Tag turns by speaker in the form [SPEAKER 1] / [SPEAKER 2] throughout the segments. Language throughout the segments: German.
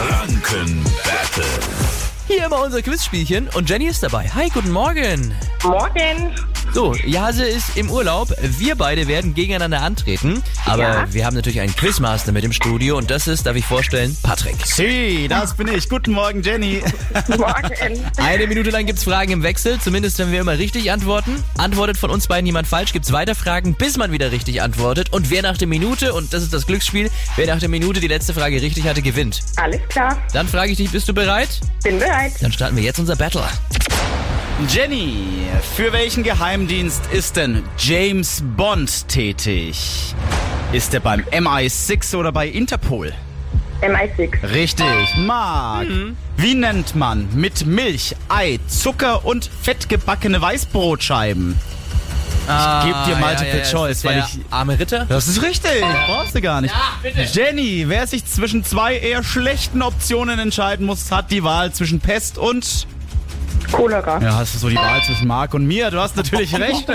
[SPEAKER 1] Open Battle.
[SPEAKER 2] Hier immer unser Quizspielchen und Jenny ist dabei. Hi, guten Morgen.
[SPEAKER 3] Morgen.
[SPEAKER 2] So, Jase ist im Urlaub. Wir beide werden gegeneinander antreten. Aber
[SPEAKER 3] Ja.
[SPEAKER 2] wir haben natürlich einen Quizmaster mit im Studio und das ist, darf ich vorstellen, Patrick.
[SPEAKER 4] Hey, das bin ich. Guten Morgen, Jenny.
[SPEAKER 3] Morgen.
[SPEAKER 2] Eine Minute lang gibt's Fragen im Wechsel, zumindest wenn wir immer richtig antworten. Antwortet von uns beiden jemand falsch, gibt's weiter Fragen, bis man wieder richtig antwortet. Und wer nach der Minute, und das ist das Glücksspiel, wer nach der Minute die letzte Frage richtig hatte, gewinnt.
[SPEAKER 3] Alles klar.
[SPEAKER 2] Dann frage ich dich, bist du bereit?
[SPEAKER 3] Bin bereit.
[SPEAKER 2] Dann starten wir jetzt unser Battle.
[SPEAKER 4] Jenny, für welchen Geheimdienst ist denn James Bond tätig? Ist er beim MI6 oder bei Interpol?
[SPEAKER 3] MI6.
[SPEAKER 4] Richtig. Marc, wie nennt man mit Milch, Ei, Zucker und fett gebackene Weißbrotscheiben?
[SPEAKER 2] Ah,
[SPEAKER 4] geb dir Multiple Choice, weil
[SPEAKER 2] der
[SPEAKER 4] ich-
[SPEAKER 2] Arme Ritter?
[SPEAKER 4] Das ist richtig. Brauchst du gar nicht. Jenny, wer sich zwischen zwei eher schlechten Optionen entscheiden muss, hat die Wahl zwischen Pest und...
[SPEAKER 3] Cholera.
[SPEAKER 4] Ja, hast du so die Wahl zwischen Marc und mir? Du hast natürlich recht.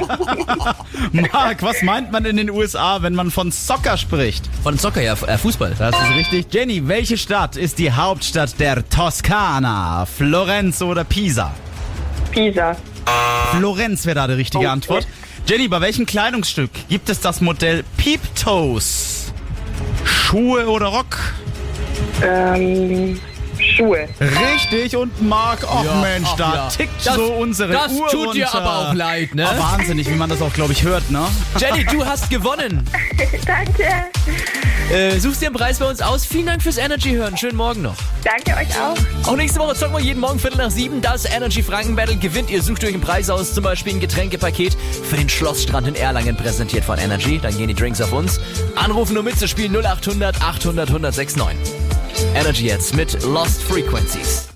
[SPEAKER 4] Marc, was meint man in den USA, wenn man von Soccer spricht?
[SPEAKER 2] Von Soccer, ja, äh, Fußball.
[SPEAKER 4] Das ist richtig. Jenny, welche Stadt ist die Hauptstadt der Toskana? Florenz oder Pisa?
[SPEAKER 3] Pisa.
[SPEAKER 4] Florenz wäre da die richtige
[SPEAKER 3] Oh,
[SPEAKER 4] Antwort. Jenny, bei welchem Kleidungsstück gibt es das Modell Peep Toes? Schuhe oder Rock?
[SPEAKER 3] Ähm, Schuhe.
[SPEAKER 4] Richtig und Marc, ach Mensch,
[SPEAKER 2] ach
[SPEAKER 4] da
[SPEAKER 2] ja.
[SPEAKER 4] tickt
[SPEAKER 2] Das-
[SPEAKER 4] so unsere
[SPEAKER 2] das
[SPEAKER 4] Uhr
[SPEAKER 2] tut dir
[SPEAKER 4] runter.
[SPEAKER 2] aber auch leid, ne?
[SPEAKER 4] Ah, wahnsinnig, wie man das auch, glaube ich, hört, ne?
[SPEAKER 2] Jenny, du hast gewonnen.
[SPEAKER 3] Danke.
[SPEAKER 2] Äh, suchst dir einen Preis bei uns aus. Vielen Dank fürs Energy hören. Schönen Morgen noch.
[SPEAKER 3] Danke euch auch.
[SPEAKER 2] Auch nächste Woche zocken wir jeden Morgen Viertel nach sieben. Das Energy Franken Battle gewinnt. Ihr sucht euch einen Preis aus, zum Beispiel ein Getränkepaket für den Schlossstrand in Erlangen, präsentiert von Energy. Dann gehen die Drinks auf uns. Anrufen, um mitzuspielen 0800 800 1069. Energy jetzt mit Lost Frequencies.